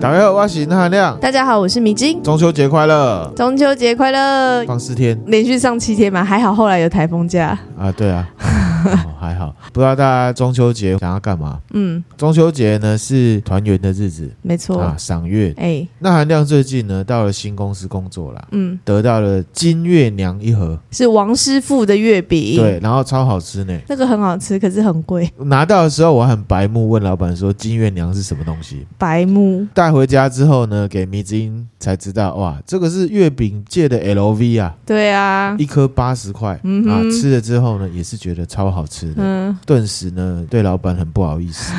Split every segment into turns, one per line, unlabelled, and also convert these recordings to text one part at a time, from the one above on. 大家好，我是韩亮，
大家好，我是米晶，
中秋节快乐！
中秋节快乐！
放四天
连续上七天嘛，还好后来有台风假。
啊，对啊、哦还好。不知道大家中秋节想要干嘛？
嗯，
中秋节呢是团圆的日子
没错。
啊，赏月。
哎、
那韩亮最近呢到了新公司工作啦，
嗯，
得到了金月娘一盒，
是王师傅的月饼，
对，，然后超好吃呢。
那个很好吃，可是很贵。
拿到的时候我很白目，问老板说金月娘是什么东西？
白木
带回家之后呢，给迷之音才知道，哇，这个是月饼界的 LV 啊，
对啊，
一颗八十块
嗯哼
啊，吃了之后呢，也是觉得超好吃的。
嗯，
顿时呢，对老板很不好意 思，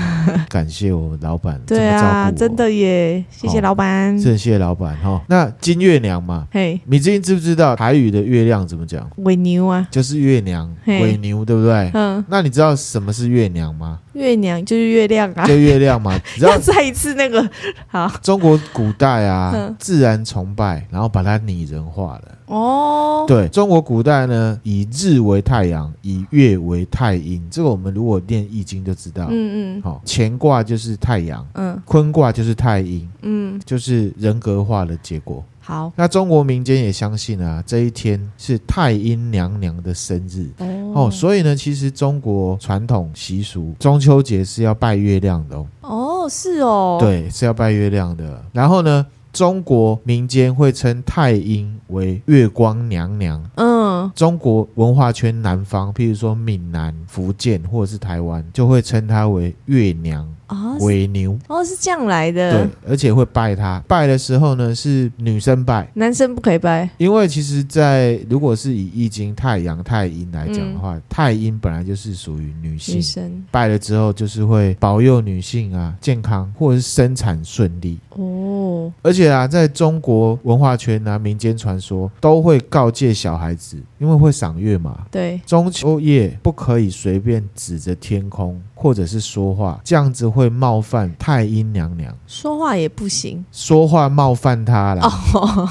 感谢我们老板这
对
么照顾
啊，
我，哦
真的耶，谢谢
好
老板。
真的谢谢老板哈、那金月娘嘛，
嘿，
米之音知不知道台语的月亮怎么讲？
伪牛啊，
就是月娘、
嘿
鬼牛，对不对？
嗯，
那你知道什么是月娘吗？
月娘就是月亮啊。
就月亮 嘛，你知道
要再一次那个好
中国古代啊
嗯，
自然崇拜，然后把它拟人化了。
哦，
对，中国古代呢，以日为太阳，以月为太阴。这个我们如果念易经就知道。
嗯嗯
好、哦乾卦就是太阳，
嗯
坤卦就是太阴，
嗯，
就是人格化的结果。
好
那中国民间也相信啊，这一天是太阴娘娘的生日。哦，
哦
所以呢，其实中国传统习俗中秋节是要拜月亮的哦，
哦是哦，，
对，是要拜月亮的。然后呢，中国民间会称太阴为月光娘娘，
嗯
中国文化圈南方，譬如说闽南、福建或者是台湾，就会称她为月娘、
啊是
为牛。
哦是这样来
对
的，，
而且会拜她。拜的时候呢，是女生拜，
男生不可以掰，
因为其实在，如果是以易经太阳、太阴来讲的话，太阴本来就是属于女性
女。生
拜了之后，就是会保佑女性啊健康，或者是生产顺利。
哦
而且啊，在中国文化圈啊、民间传说都会告诫小孩子，因为会赏月嘛，
对
中秋夜不可以随便指着天空或者是说话，这样子会冒犯太阴娘娘，
说话也不行
说话冒犯她啦。
哦，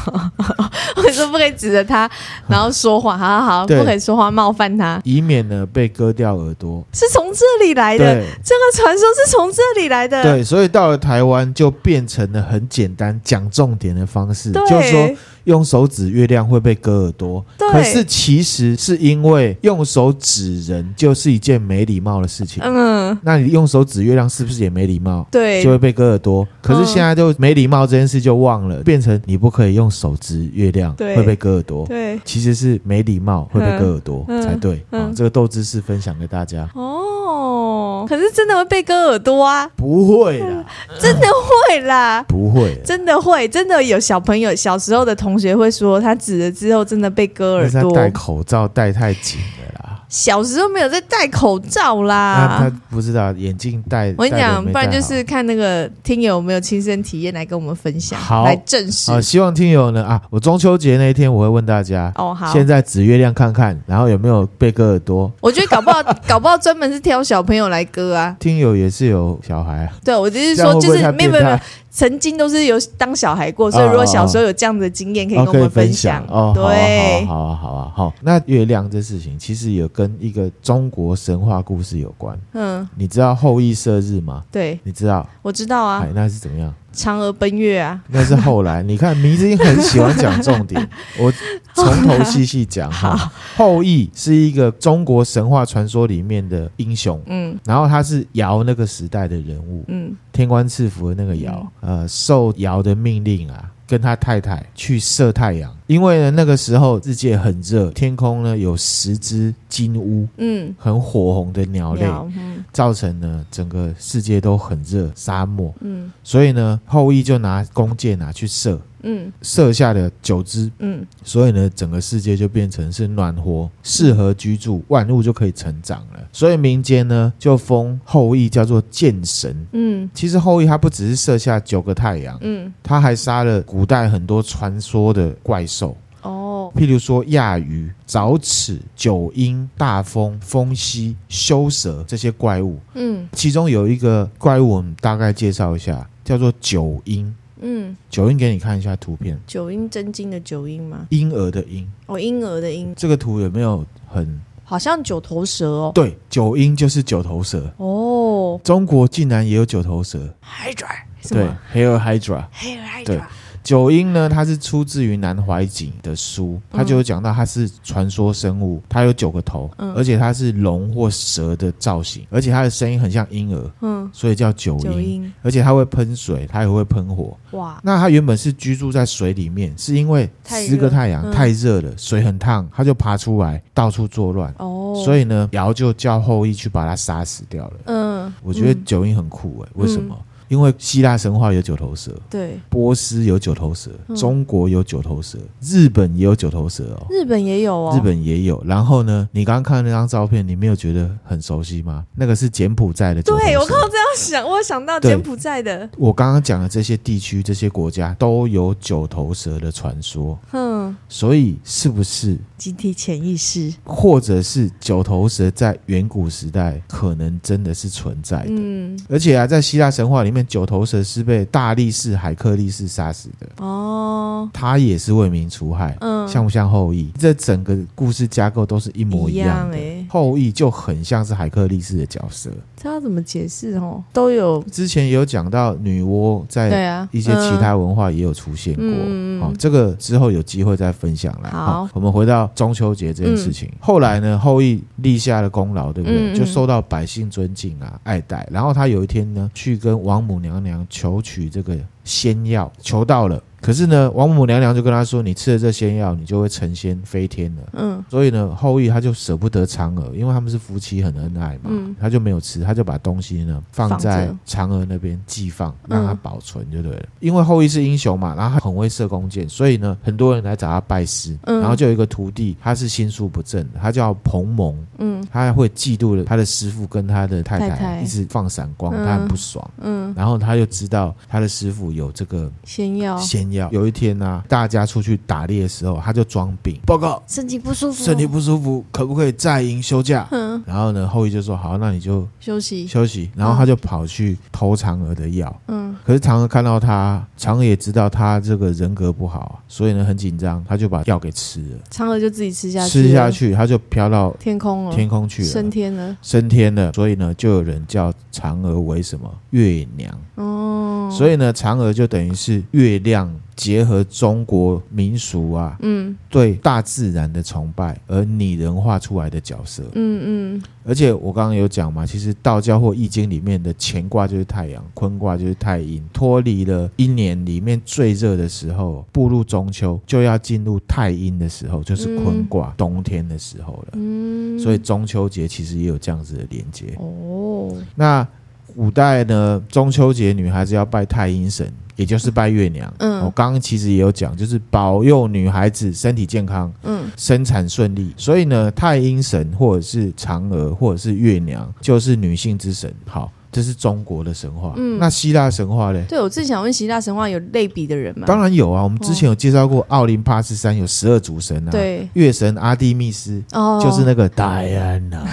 我说不可以指 着他然后说话，好好好，
对
不可以说话冒犯他，
以免呢被割掉耳朵，
是从这里来的，
对
这个传说是从这里来的，
对，所以到了台湾就变成了很简单讲重点的方式，
对，
就是说用手指月亮会被割耳朵，
对
可是其实是因为用手指人就是一件没礼貌的事情，
嗯
那你用手指月亮是不是也没礼貌？
对嗯
就会被割耳朵。可是现在就没礼貌这件事就忘了，变成你不可以用手指月亮
对
会被割耳朵，
对
其实是没礼貌会被割耳朵
嗯嗯
才对啊、
嗯
这个豆知识分享给大家，
哦，可是真的会被割耳 朵啊，
不会啦，
真的会啦。
不会啦，
真的会，真的有小朋友小时候的同学会说，他指了之后真的被割
那
耳
是他
朵。
戴口罩戴太紧了啦。
小时候没有在戴口罩
那
啦。
他不知道眼镜戴，
啊我跟你
戴
讲
得，没
不然
戴
就
好
是看那个听友有没有亲身体验来跟我们分享，
好
来证实。
啊、希望听友呢啊，我中秋节那一天我会问大家，
哦，好。
现在指月亮看看，然后有没有被割耳朵？
我觉得搞 不好，搞不好专门是挑小朋友来割啊。
听友也是有小孩啊，
对，我就是
这样
说，
会不
就
会
是
太
没
变
有没有没有
态，？
曾经都是有当小孩过，所以
哦
如果
哦
小时候有这样的经验，可以
哦，
跟我们
分
享。
哦。好
对，
好啊，好啊，好啊，好。那月亮这事情其实有跟一个中国神话故事有关。
嗯，
你知道后羿射日吗？
对，
你知道？
我知道啊
哎，，那是怎么样？
嫦娥奔月 啊，
那是后来。你看，迷之音很喜欢讲重点，我从头细细讲哈。后羿是一个中国神话传说里面的英雄，
嗯
然后他是尧那个时代的人物，
嗯，
天官赐福的那个尧，呃，受尧的命令啊，跟他太太去射太阳，因为呢那个时候世界很热，天空呢有十只金乌，
嗯，
很火红的鸟类，
鸟，嗯
造成呢整个世界都很热，沙漠，
嗯
所以呢后羿就拿弓箭啊去射，
嗯
射下了九只，
嗯，
所以呢，整个世界就变成是暖和、适合居住，万物就可以成长了。所以民间呢，就封后羿叫做箭神。
嗯
其实后羿他不只是射下九个太阳，
嗯，
他还杀了古代很多传说的怪兽，
哦，
譬如说亚鱼、凿齿、九阴、大风、风息、修蛇这些怪物。
嗯
其中有一个怪物，我们大概介绍一下，叫做九阴。
嗯，
九阴给你看一下图片，
九阴真经的九阴吗？
婴儿的婴，
哦，婴儿的婴，
这个图有没有很
好像九头蛇哦。
对，九阴就是九头蛇。
哦，
中国竟然也有九头蛇，
海拽，什
对
么
Hail Hydra。
黑尔爱
对
爪，
九阴呢，它是出自于南怀瑾的书，他就有讲到它是传说生物，它有九个头，
嗯
而且它是龙或蛇的造型，而且它的声音很像婴儿，
嗯，
所以叫九
九
阴。
阴，
而且它会喷水，它也会喷火。
哇，
那它原本是居住在水里面，是因为
太热
十个太阳
嗯
太热了，水很烫，它就爬出来到处作乱。
哦，
所
以，
以呢，尧就叫后羿去把它杀死掉了。
嗯，
我觉得
嗯
九阴很酷诶、为什么？因为希腊神话有九头蛇，
对，
波斯有九头蛇，
嗯
中国有九头蛇，日本也有九头蛇哦。
日本也有哦，
日本也有，然后呢？你刚刚看那张照片，你没有觉得很熟悉吗？那个是柬埔寨的九头蛇。
对我刚刚这样想，我有想到
对
柬埔寨的，
我刚刚讲的这些地区、这些国家都有九头蛇的传说，
嗯，
所以是不是，
集体潜意识，
或者是九头蛇在远古时代可能真的是存在的？
嗯，
而且啊，在希腊神话里面，九头蛇是被大力士海克力士杀死的，
哦，
他也是为民除害，
嗯，
像不像后羿？这整个故事架构都是一模一样的。
一样欸
后羿就很像是海克力士的角色。
这要怎么解释哦？都有，
之前也有讲到女娲
对
在
啊，
一些其他文化也有出现过，
嗯嗯嗯
好、这个之后有机会再分享啦。
好嗯
我们回到中秋节这件事情，后来呢，后羿立下了功劳，对不对？
嗯嗯
就受到百姓尊敬啊、爱戴。然后他有一天呢，去跟王母娘娘求取这个仙药，求到了。可是呢，王母娘娘就跟他说：“你吃了这仙药，你就会成仙飞天了。”
嗯
所以呢，后羿他就舍不得嫦娥，因为他们是夫妻，很恩爱嘛，
嗯
他就没有吃，他就把东西呢放在
放
嫦娥那边寄放，
嗯
让他保存就对了。因为后羿是英雄嘛，然后他很会射弓箭，所以呢，很多人来找他拜师。
嗯
然后就有一个徒弟，他是心术不正的，他叫彭蒙，
嗯
他会嫉妒了他的师傅跟他的太
太太
一直放闪光，
嗯
他很不爽。
嗯，
然后他就知道他的师傅有这个
先要
仙药。有一天呢、大家出去打猎的时候，他就装病，报告
身体不舒服，
身体不舒服，可不可以再营休 假？
嗯，
然后呢，后羿就说好，那你就
休息，
休息。然后他就跑去偷嫦娥的药，
嗯
可是嫦娥看到他，嫦娥也知道他这个人格不好，啊所以呢很紧张，他就把药给吃了，
嫦娥就自己吃下去，哦
吃下，去他就飘到
天空了，
天空去
升
了，
天了，
升天了。所以呢，就有人叫嫦娥为什么月娘。
哦，
所
以，
以呢，嫦娥就等于是月亮结合中国民俗啊，
嗯
对大自然的崇拜而拟人化出来的角色。
嗯嗯，
而且我刚刚有讲嘛，其实道教或易经里面的乾卦就是太阳，坤卦就是太阴，脱离了一年里面最热的时候，步入中秋，就要进入太阴的时候，就是坤卦、冬天的时候了。
嗯，
所以中秋节其实也有这样子的连接。
哦，
那古代呢，中秋节女孩子要拜太阴神，也就是拜月娘。
嗯
我刚刚其实也有讲，就是保佑女孩子身体健康，
嗯
生产顺利，所以呢，太阴神或者是嫦娥或者是月娘就是女性之神。好，这是中国的神话。
嗯
那希腊神话嘞？
对我自己想问，希腊神话有类比的人吗？
当然有啊，我们之前有介绍过奥林帕斯山有十二主神啊，，
哦对，
月神阿蒂密斯
哦，
就是那个戴安 娜，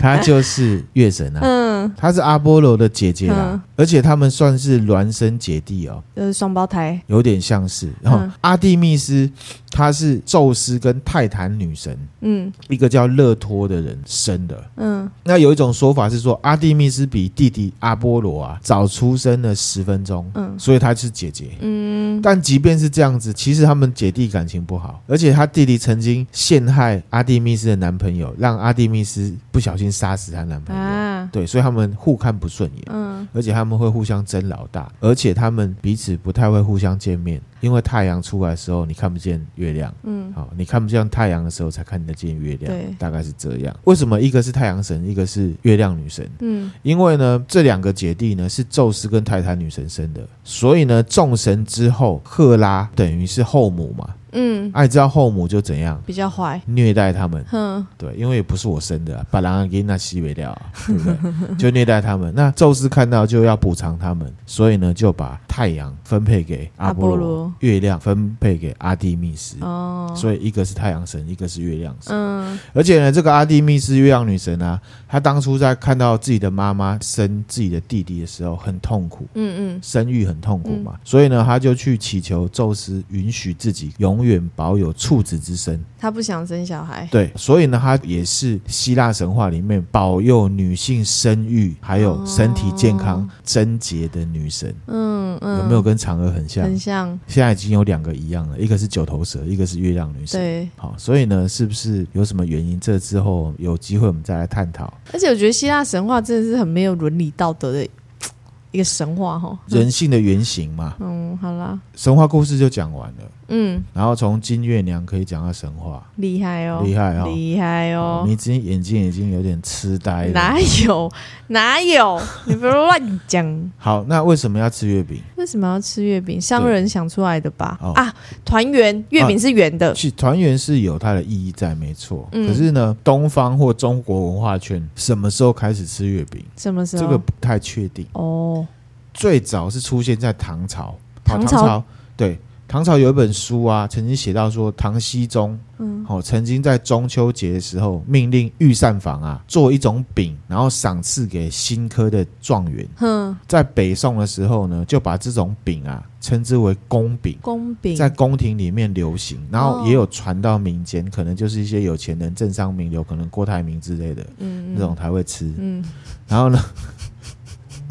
她就是月神啊。
嗯，
她是阿波罗的姐姐啦，
嗯
而且他们算是孪生姐弟哦，
就是双胞胎，
有点像是。然后、
嗯
阿蒂密斯，她是宙斯跟泰坦女神
嗯
一个叫勒托的人生的。
嗯，
那有一种说法是说，阿蒂密斯比弟弟阿波罗啊早出生了十分钟，
嗯
所以她是姐姐。
嗯，
但即便是这样子，其实他们姐弟感情不好，而且她弟弟曾经陷害阿蒂密斯的男朋友，让阿蒂密斯不小心杀死她男朋友。
啊，
对，所以他们互看不顺眼。
嗯
而且他们会互相争老大，而且他们彼此不太会互相见面，因为太阳出来的时候你看不见月亮，
嗯
好、你看不见太阳的时候才看得见月
对
亮，大概是这样。为什么一个是太阳神，一个是月亮女神？
嗯
因为呢，这两个姐弟呢是宙斯跟泰坦女神生的，所以呢，众神之后，赫拉等于是后母嘛，
嗯，
爱知道后母就怎样
比较坏，
虐待他们，
哼，
对，因为也不是我生的、啊，把狼给那吸没掉、啊，对不对？ 就虐待他们。那宙斯看到就要补偿他们，所以呢，就把太阳分配给阿波罗
阿波罗，
月亮分配给阿蒂密斯。
哦，
所以一个是太阳神，一个是月亮神。
嗯
而且呢，这个阿蒂密斯月亮女神啊，她当初在看到自己的妈妈生自己的弟弟的时候，很痛苦。
嗯嗯嗯
生育很痛苦嘛，所以呢，她就去祈求宙斯允许自己永远保有处子之身。
他不想生小孩，
对，所以呢，它也是希腊神话里面保佑女性生育还有身体健康
哦、
贞洁的女神。
嗯嗯，
有没有跟嫦娥很像
很？像？
现在已经有两个一样了，一个是九头蛇，一个是月亮女神。
对，
好，所以呢，是不是有什么原因？这之后有机会我们再来探讨。
而且我觉得希腊神话真的是很没有伦理道德的一个神话哈。
人性的原型嘛，
嗯，好啦，
神话故事就讲完了，
嗯，
然后从金月娘可以讲到神话，
厉害哦，
厉害哦
厉害哦，
你今天眼睛已经有点痴呆了
哪。有哪有？你不要乱讲。
好，那为什么要吃月饼？
为什么要吃月饼？商人想出来的吧？
哦啊
啊，团圆月饼是圆的，
去团圆是有它的意义在，没错。
嗯
可是呢，东方或中国文化圈什么时候开始吃月饼？
什么时候？
这个不太确定。
哦，
最早是出现在唐朝，好
唐
朝
朝
对唐朝有一本书啊，曾经写到说唐僖宗
嗯，
哦，曾经在中秋节的时候命令御膳房啊做一种饼，然后赏赐给新科的状元。
哼，
在北宋的时候呢，就把这种饼啊称之为宫饼。
公饼
在宫廷里面流行，然后
哦
也有传到民间，可能就是一些有钱人、政商名流，可能郭台铭之类的
嗯
那种，才会吃。
嗯，
然后呢，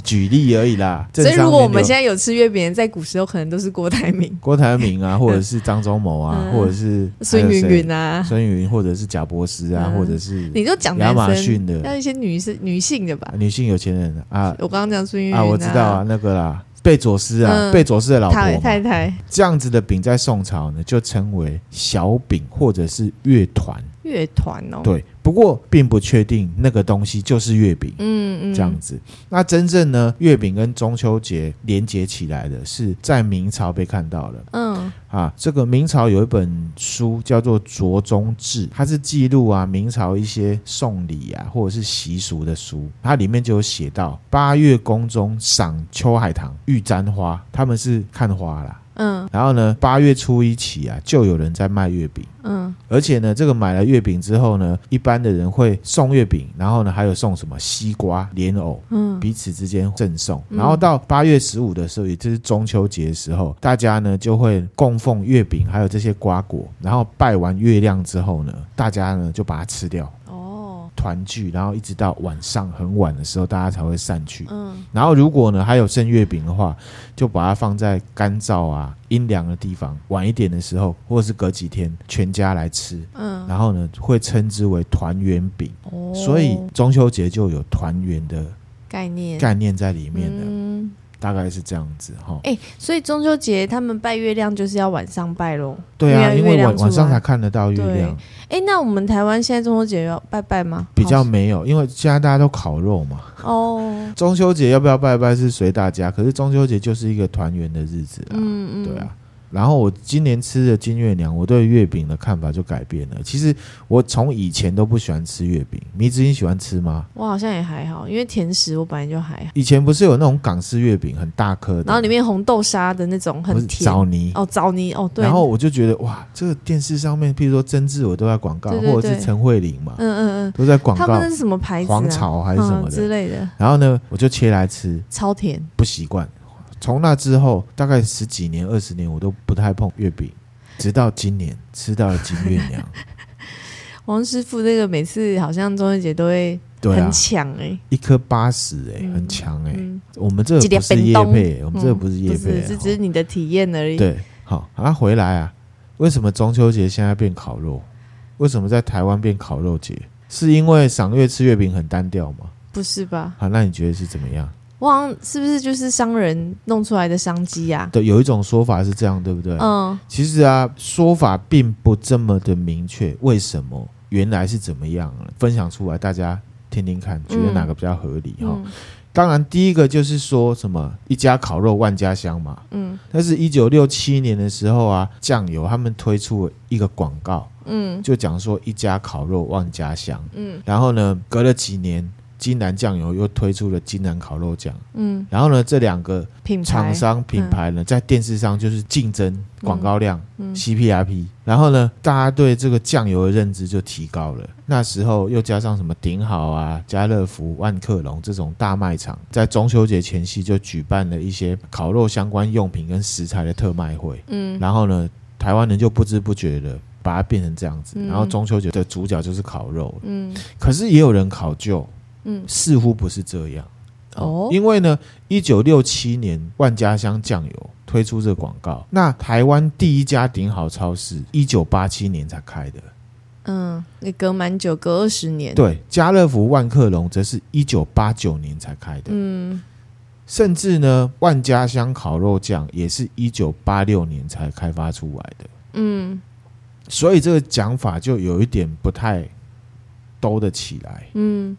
举例而已啦。
嗯所以
政商
如果我
名
们
流
现在有吃月饼，在古时候可能都是郭台铭、
郭台铭 啊，或者是张忠谋啊，
嗯
或者是
孙云、云
啊、
啊，
孙云或者是贾博士啊，
嗯
或者是
你就讲
亚
男
马
生，
逊的
要一些女性女性的吧？
女性有钱人啊
我刚刚讲孙云云
啊，我知道啊，，那个啦，贝佐斯啊，
嗯
贝佐斯的老婆
太
嘛，
太太
这样子的饼在宋朝呢就称为小饼或者是月团。
乐团哦，，
对，不过并不确定那个东西就是月饼。
嗯嗯，
这样子，那真正呢，月饼跟中秋节连接起来的是在明朝被看到了
嗯，
啊。这个明朝有一本书叫做《酌中志》，它是记录啊明朝一些送礼啊或者是习俗的书，它里面就有写到八月宫中赏秋海棠、玉簪花，他们是看花啦。
嗯
然后呢，八月初一起啊，就有人在卖月饼。
嗯
而且呢，这个买了月饼之后呢，一般的人会送月饼，然后呢还有送什么西瓜、莲藕，
嗯
彼此之间赠送。
嗯
然后到八月十五的时候，也就是中秋节的时候，大家呢就会供奉月饼，还有这些瓜果。然后拜完月亮之后呢，大家呢就把它吃掉，
哦，
团聚，然后一直到晚上很晚的时候，大家才会散去。
嗯
然后如果呢还有剩月饼的话，就把它放在干燥啊、阴凉的地方，晚一点的时候，或者是隔几天，全家来吃。
嗯，
然后呢，会称之为团圆饼，
哦
所以中秋节就有团圆的
概念
概念在里面的，
嗯，
大概是这样子哈。
哎、所以中秋节他们拜月亮就是要晚上拜喽。
对啊，
月
因
亮
为
月亮
晚
出来
晚上才看得到月亮，
哎、那我们台湾现在中秋节要拜拜吗？
比较
好
没有，因为现在大家都烤肉嘛。
哦，
中秋节要不要拜拜是随大家，可是中秋节就是一个团圆的日子啊。
嗯嗯，
对啊。然后我今年吃的金月娘，我对月饼的看法就改变了。其实我从以前都不喜欢吃月饼，迷之音喜欢吃吗？
我好像也还好，因为甜食我本来就还好，
以前不是有那种港式月饼，很大颗的，
然后里面红豆沙的那种
不是
很甜
枣泥
哦，枣泥哦，对，
然后我就觉得哇，这个电视上面，譬如说曾志伟都在广告，
对对
或者是
对
陈慧琳嘛，
嗯嗯
都在
嗯，
广
他
告
们那是什么牌子、啊？
黄草还是什么
嗯、
的。
之类的，
然后呢，我就切来吃，
超甜。
不习惯。从那之后，大概十几年、二十年，我都不太碰月饼，直到今年吃到了金月 娘。
王师傅那个每次好像中秋节都会
对啊
很，抢哎、
一颗八十哎，
嗯
很强哎、
嗯，
我们这个不是
一
叶
粒冰冻
配，我们这个
嗯
不是叶
不
配
是，
啊、
这只是你的体验而已。
对，好，啊，回来啊，为什么中秋节现在变烤肉？为什么在台湾变烤肉节？是因为赏月吃月饼很单调吗？啊
不是吧？
好，那你觉得是怎么样？
我好像是不是就是商人弄出来的商机呀、
对，有一种说法是这样，对不对？
嗯
其实啊，说法并不这么的明确，为什么？原来是怎么样了？分享出来，大家听听看，觉得
嗯
哪个比较合理哈、
嗯
当然，第一个就是说什么一家烤肉万家香嘛，
嗯
但是，一九六七年的时候啊，酱油他们推出了一个广告，
嗯
就讲说一家烤肉万家香。
嗯
然后呢，隔了几年，金兰酱油又推出了金兰烤肉酱。
嗯，
然后呢，这两个
品牌
厂商品牌呢，在电视上就是竞争广告量、
嗯
CPRP，然后呢，大家对这个酱油的认知就提高了。那时候又加上什么鼎好啊、家乐福、万客隆这种大卖场，在中秋节前夕就举办了一些烤肉相关用品跟食材的特卖会。
嗯
然后呢，台湾人就不知不觉的把它变成这样子。
嗯
然后中秋节的主角就是烤肉，
嗯
可是也有人考究，
嗯，
似乎不是这样。
哦，
因为呢，一九六七年万家香酱油推出这个广告，那台湾第一家顶好超市一九八七年才开的，
嗯，也隔蛮久，隔二十年，，
对，家乐福万客隆则是一九八九年才开的，
嗯
甚至呢，万家香烤肉酱也是一九八六年才开发出来的，
嗯
所以这个讲法就有一点不太兜得起来。
嗯。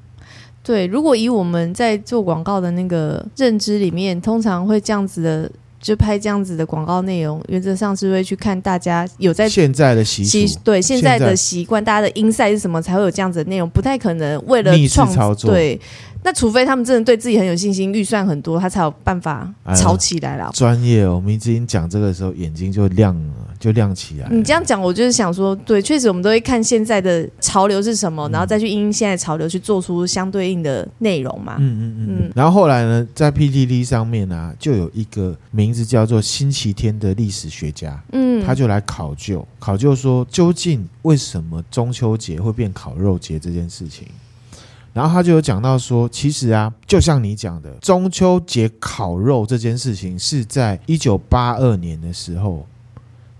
对，如果以我们在做广告的那个认知里面，通常会这样子的，就拍这样子的广告内容，原则上是会去看大家有在
现在的习
习
俗，
对现
现
在的
在
习惯，大家的音赛是什么才会有这样子的内容？不太可能为了
逆势
创
操作
对，那除非他们真的对自己很有信心，预算很多，他才有办法
哎呀
炒起来啦。
专业哦，我们已经讲这个的时候，眼睛就亮了，就亮起来了。
你嗯这样讲，我就是想说，对，确实我们都会看现在的潮流是什
嗯
么，然后再去因应现在的潮流去做出相对应的内容嘛。
嗯嗯
嗯
嗯。然后后来呢，在 PTT 上面啊，就有一个名字叫做星期天的历史学家，
嗯，
他就来考究，考究说究竟为什么中秋节会变烤肉节这件事情。然后他就有讲到说，其实啊，就像你讲的，中秋节烤肉这件事情是在一九八二年的时候，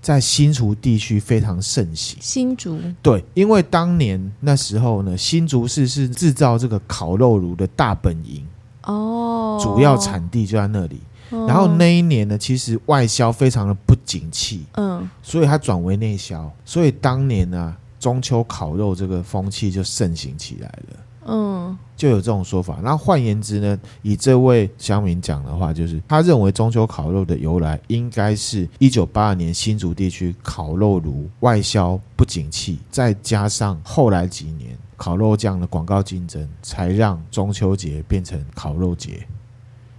在新竹地区非常盛行。
新竹，
对，因为当年那时候呢，新竹市是制造这个烤肉炉的大本营。
哦，
主要，产地就在那里。
哦
然后，那一年呢，其实外销非常的不景气，
嗯
所以它转为内销。所以当年呢、中秋烤肉这个风气就盛行起来了，
嗯
就有这种说法。那换言之呢，以这位乡民讲的话，就是他认为中秋烤肉的由来应该是一九八二年新竹地区烤肉炉外销不景气，再加上后来几年烤肉酱的广告竞争，才让中秋节变成烤肉节。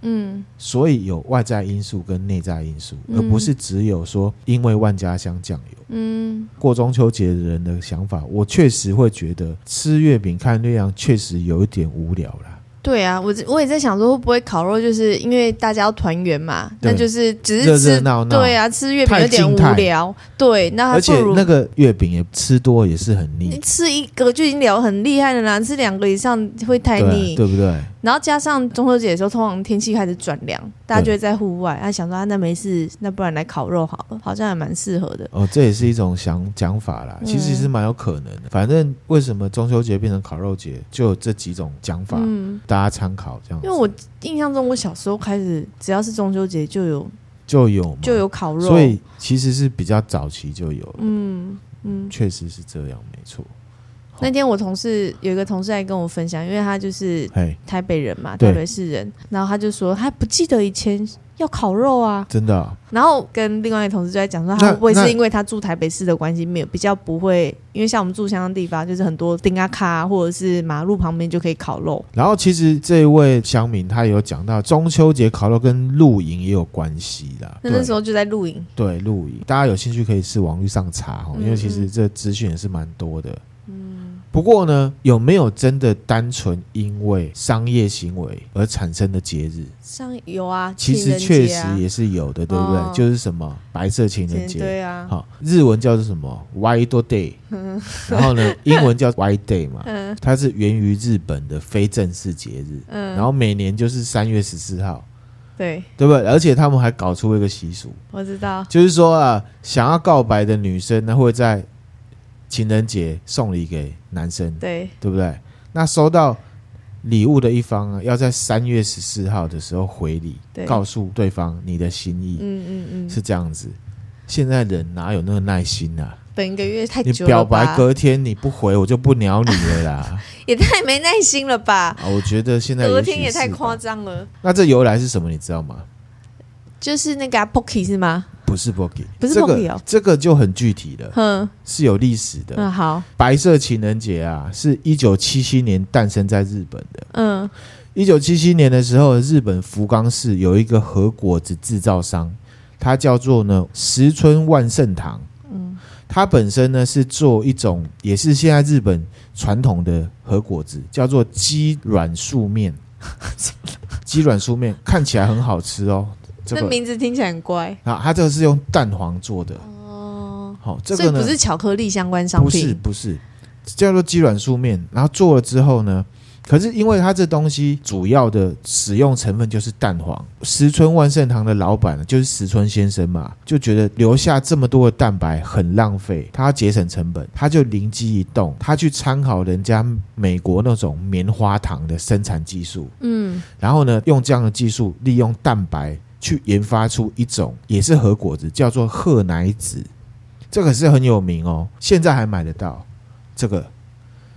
嗯
所以有外在因素跟内在因素，
嗯
而不是只有说因为万家香酱油。
嗯，
过中秋节的人的想法，我确实会觉得吃月饼看月亮确实有一点无聊啦。
对啊，我我也在想说，会不会烤肉就是因为大家要团圆嘛，
对
那就是只
热
是
热
吃
闹闹
对啊，吃月饼有点
太静
无
态
聊，对，那还
而
啊不
且
如
那个月饼也吃多也是很
你
腻，
吃一个就已经聊很厉害了啦，吃两个以上会太
对啊
腻。
对不对？
然后加上中秋节的时候，通常天气开始转凉，大家就会在户外，他想说啊，那没事，那不然来烤肉好了，好像还蛮适合的。
哦，这也是一种想讲法啦，
嗯
其实是蛮有可能的。反正为什么中秋节变成烤肉节，就有这几种讲法，
嗯，
大家参考这样子。
因为我印象中，我小时候开始，只要是中秋节就有
就有嘛
就有烤肉，
所以其实是比较早期就有了，
嗯嗯。
确实是这样，没错。
那天我同事有一个同事来跟我分享，因为他就是
嘿，
台北人嘛，
对
台北市人，然后他就说他不记得以前要烤肉啊，
真的啊、
然后跟另外一个同事就在讲说，
那
他会不会是
那
因为他住台北市的关系，没有比较不会，因为像我们住乡乡地方，就是很多丁啊卡或者是马路旁边就可以烤肉。
然后其实这位乡民他有讲到中秋节烤肉跟露营也有关系啦。
那那时
候
候就在露营，
对露营，大家有兴趣可以是网络上查哦，
嗯
因为其实这资讯也是蛮多的。嗯，不过呢，有没有真的单纯因为商业行为而产生的节日？
像有啊，
其
情
实
人
确
节
实
啊
也是有的，对不对？
哦
就是什么白色情人节，
情对啊，
好，日文叫做什么 White Day，然后呢，英文叫 White Day 嘛，它是源于日本的非正式节日，
嗯
然后每年就是三月十四号，
对，
对不对？而且他们还搞出一个习俗，
我知道，
就是说啊，想要告白的女生呢，会在情人节送礼给男生，
对，
对不对？那收到礼物的一方啊，要在三月十四号的时候回礼
对，
告诉对方你的心意，
嗯嗯嗯，
是这样子。现在人哪有那个耐心啊？
等一个月太
你
久了
表白
吧，
隔天你不回，我就不鸟你了啦。
也太没耐心了吧，
啊，我觉得现在
隔
也许
天也太
是吧
夸。张了。
那这由来是什么？你知道吗？
就是那个、啊、Pocky 是吗？
不是 Bogi，
不是
这个
Bogi 哦
这个就很具体了，
哼，
是有历史的。
嗯好，
白色情人节啊，是一九七七年诞生在日本的。
嗯
一九七七年的时候，日本福冈市有一个和果子制造商，它叫做呢石村万盛堂。
嗯
它本身呢是做一种，也是现在日本传统的和果子，叫做鸡软素 面。鸡软素面看起来很好吃哦，这
那
个
名字听起来很乖
啊，它这个是用蛋黄做的，
哦。
好、这
所以
个
不
呢
是巧克力相关商
不是
品，
不是，叫做鸡软素面。然后做了之后呢，可是因为它这东西主要的使用成分就是蛋黄，石村万盛堂的老板就是石村先生嘛，就觉得留下这么多的蛋白很浪费，他要节省成本，他就灵机一动，他去参考人家美国那种棉花糖的生产技术，
嗯，
然后呢，用这样的技术利用蛋白去研发出一种也是核果子，叫做褐奶子，这个是很有名哦，现在还买得到。这个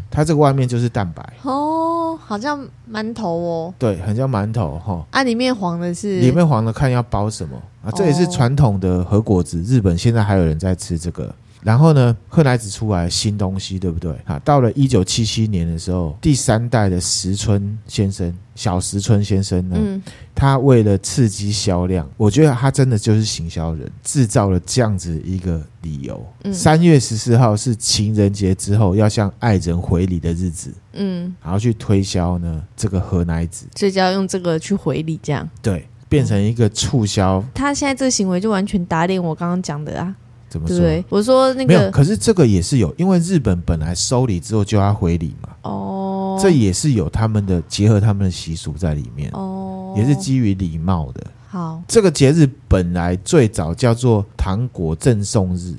它这个外面就是蛋白，
哦，好像馒头哦，
对，很像馒头哈、
啊，里面黄的是
里面黄的看要包什么啊，这也是
哦
传统的核果子，日本现在还有人在吃这个。然后呢，赫奶子出来新东西，对不对？啊，到了一九七七年的时候，第三代的石村先生，小石村先生呢，
嗯，
他为了刺激销量，我觉得他真的就是行销人，制造了这样子一个理由。
嗯
三、月十四号是情人节之后要向爱人回礼的日子，
嗯，
然后去推销呢这个河奶子，
所以就要用这个去回礼，这样。
对，变成一个促销，
他现在这个行为就完全打脸我刚刚讲的啊，
怎么
对
说？
不对？我说那
没有，
个
可是这个也是有，因为日本本来收礼之后就要回礼嘛，
哦，
这也是有他们的结合他们的习俗在里面，
哦
也是基于礼貌的。
好，
这个节日本来最早叫做糖果赠送日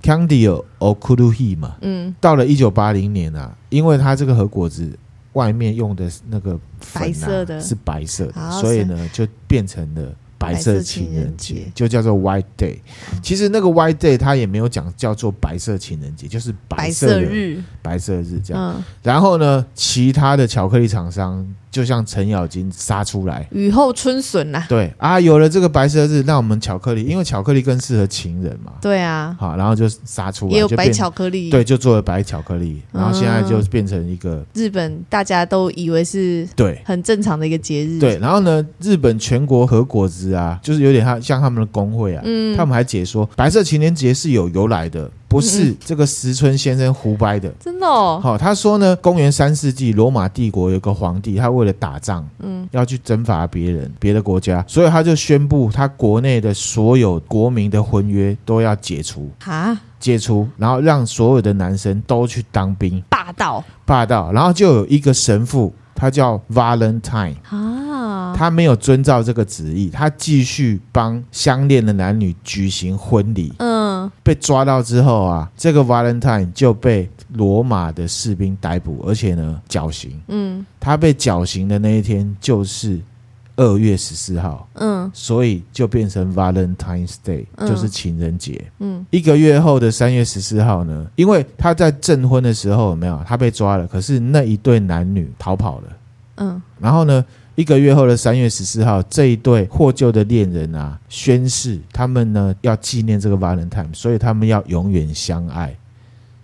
（Candy Okuruhi） 嘛，
嗯，
到了一九八零年啊，因为它这个核果子外面用的那个粉、啊、
白色的
是白色的，
好
所以呢就变成了。白色情人
白色情人
节
节嗯
就叫做 White Day，其实那个 White Day 它也没有讲叫做白色情人节，就是白
白
色的
色日，
白色日这样。
嗯，
然后呢，其他的巧克力厂商就像程咬金杀出来，
雨后春笋呐、
对啊，有了这个白色日，那我们巧克力，因为巧克力更适合情人嘛，
对啊，
好，然后就杀出来，
也有
就
白
变
巧克力，嗯
对，就做了白巧克力，然后现在就变成一个、
日本大家都以为是
对
很正常的一个节日，，
对，然后呢，日本全国和果子啊，就是有点像像他们的工会啊，
嗯，
他们还解说白色情人节是有由来的，不
嗯
是这个石村先生胡掰的。
真的哦，
好、他说呢，公元三世纪罗马帝国有个皇帝，他为了打仗，
嗯，
要去征伐别人、别的国家，所以他就宣布他国内的所有国民的婚约都要解除，
哈，
解除，然后让所有的男生都去当兵，
霸道
霸道。然后就有一个神父，他叫 Valentine，
啊，
他没有遵照这个旨意，他继续帮相恋的男女举行婚礼。
嗯，
被抓到之后啊，这个 Valentine 就被罗马的士兵逮捕，而且呢绞刑。
嗯
他被绞刑的那一天就是二月十四号，
嗯
所以就变成 Valentine's Day，、
嗯
就是情人节。
嗯
一个月后的三月十四号呢，因为他在证婚的时候有没有他被抓了，可是那一对男女逃跑了。
嗯，
然后呢，一个月后的三月十四号，这一对获救的恋人啊，宣誓他们呢要纪念这个 Valentine，所以他们要永远相爱。
嗯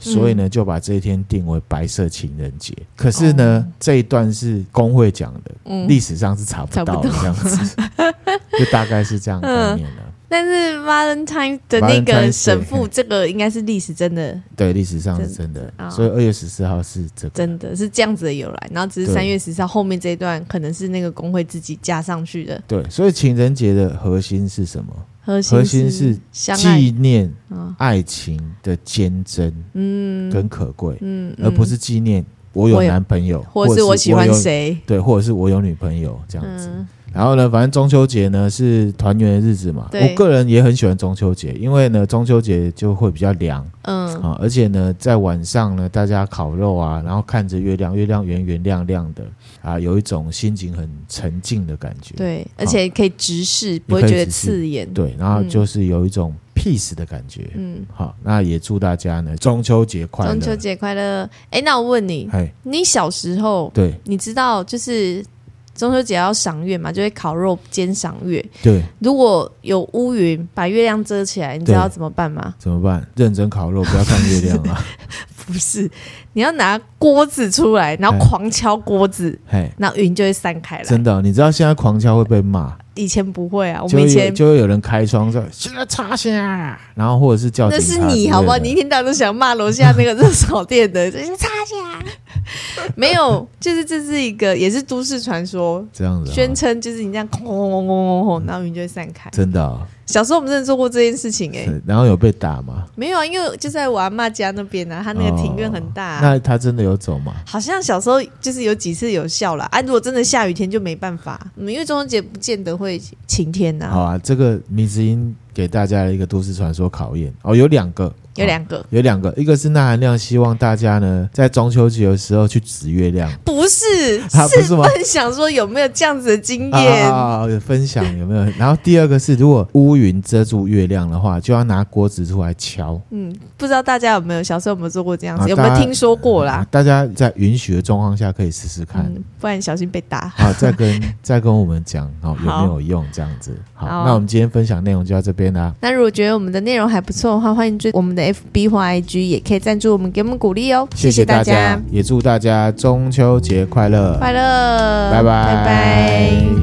所以呢，就把这一天定为白色情人节。可是呢，
哦
这一段是工会讲的，
嗯
历史上是查不
查不
到的
到嗯
这样子， 就大概是这样的概念的、
但是 Valentine 的那
Valentine's
个
Day，
神父，这个应该是历史真的
对，历史上是真
真
的，
的哦
所以二月十四号是这个。
真的是这样子的由来，然后只是
对
三月十四号后面这一段可能是那个工会自己加上去的，
对，所以情人节的核心是什么？
核
核心
心
是
相爱
纪念
啊，
爱情的坚贞
嗯
跟可贵，
嗯，
而不
嗯，
是纪念我有
我有
男朋友，
或是
我
我喜欢
有，
谁
对，或者是我有女朋友这样子。
嗯
然后呢，反正中秋节呢是团圆的日子嘛。
对
我个人也很喜欢中秋节，因为呢中秋节就会比较凉
嗯
啊，而且呢在晚上呢大家烤肉啊，然后看着月亮，月亮圆圆亮亮的啊，有一种心情很沉静的感觉。
对，而且可以直视，不会觉得刺眼，
对，然后就是有一种 peace 的感觉。
嗯，
好，那也祝大家呢中秋节快乐。
中秋节快乐！哎，那我问你，
哎，
你小时候
对
你知道就是中秋节要赏月嘛，就会烤肉兼赏月，
对，
如果有乌云把月亮遮起来，你知
对
道要怎么办吗？
怎么办？认真烤肉，不要看月亮啊！
不是，你要拿锅子出来，然后
哎
狂敲锅子，
嘿，
然后云就会散开来。
真的哦、你知道现在狂敲会被骂，
以前不会啊，我
就
们
会
以
有
前
就会有人开窗说现在插 下，然后或者是叫
那是
警察之类
你
的
好不好？你一天到晚都想骂楼下那个热炒店的，这些擦下， 没有，就是这是一个也是都市传说，
这样子、哦，
宣称就是你这样轰轰轰轰轰轰，然后云就会散开。
真的、哦
小时候我们真的做过这件事情哎、
是然后有被打吗？
没有啊，因为就在我阿妈家那边啊，她那个庭院很大、啊。
那他真的有走吗？
好像小时候就是有几次有效啦。啊，如果真的下雨天就没办法，嗯、因为中秋节不见得会晴天呐、
好啊，这个米子英给大家的一个都市传说考验哦，有两个，哦
有两个、
有两个，一个是那含量希望大家呢在中秋节的时候去指月亮，
不是
啊不是吗
分享说有没有这样子的经
啊
验？
啊啊啊有分享有没有？然后第二个是，如果乌云遮住月亮的话，就要拿锅子出来敲。
嗯，不知道大家有没有小时候有没有做过这样子，
啊
有没
大
有
家
听说过啦？
啊大家在允许的状况下可以试试看。
嗯，不然小心被打。
好，再跟再跟我们讲，好、
好
有没有用这样子？好，
好
那我们今天分享内容就到这边啦。
那如果觉得我们的内容还不错的话，欢迎追我们的 FB 或 IG，也可以赞助我们，给我们鼓励哦。
谢
谢
大
家，
也祝大家中秋节快乐，
快乐，
拜拜
拜拜